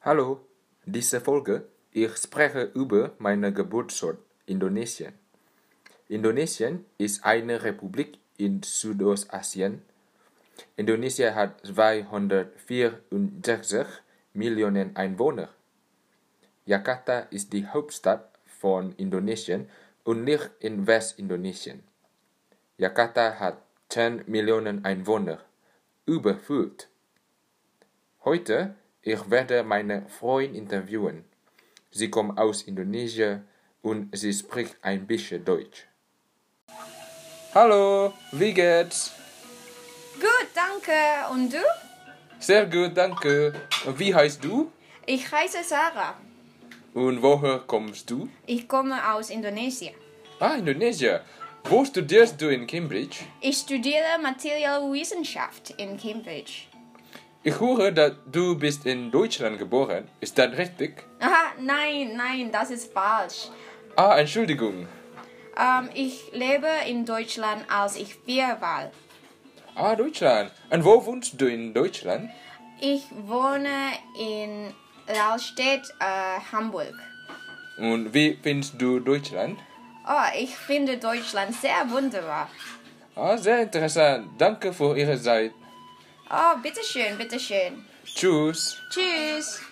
Hallo, diese Folge, ich spreche über meine Geburtsort Indonesien. Indonesien ist eine Republik in Südostasien. Indonesien hat 264 Millionen Einwohner. Jakarta ist die Hauptstadt von Indonesien und liegt in Westindonesien. Jakarta hat 10 Millionen Einwohner, überfüllt. Heute ich werde meine Freundin interviewen. Sie kommt aus Indonesien und sie spricht ein bisschen Deutsch. Hallo, wie geht's? Gut, danke. Und du? Sehr gut, danke. Wie heißt du? Ich heiße Sarah. Und woher kommst du? Ich komme aus Indonesien. Ah, Indonesien. Wo studierst du in Cambridge? Ich studiere Materialwissenschaft in Cambridge. Ich höre, dass du bist in Deutschland geboren. Ist das richtig? Aha, nein, nein, das ist falsch. Ah, Entschuldigung. Ähm, ich lebe in Deutschland, als ich vier war. Ah, Deutschland. Und wo wohnst du in Deutschland? Ich wohne in Rahlstedt, äh, Hamburg. Und wie findest du Deutschland? Oh, ich finde Deutschland sehr wunderbar. Ah, sehr interessant. Danke für Ihre Zeit. Oh, bitteschön, bitteschön. Tschüss. Tschüss.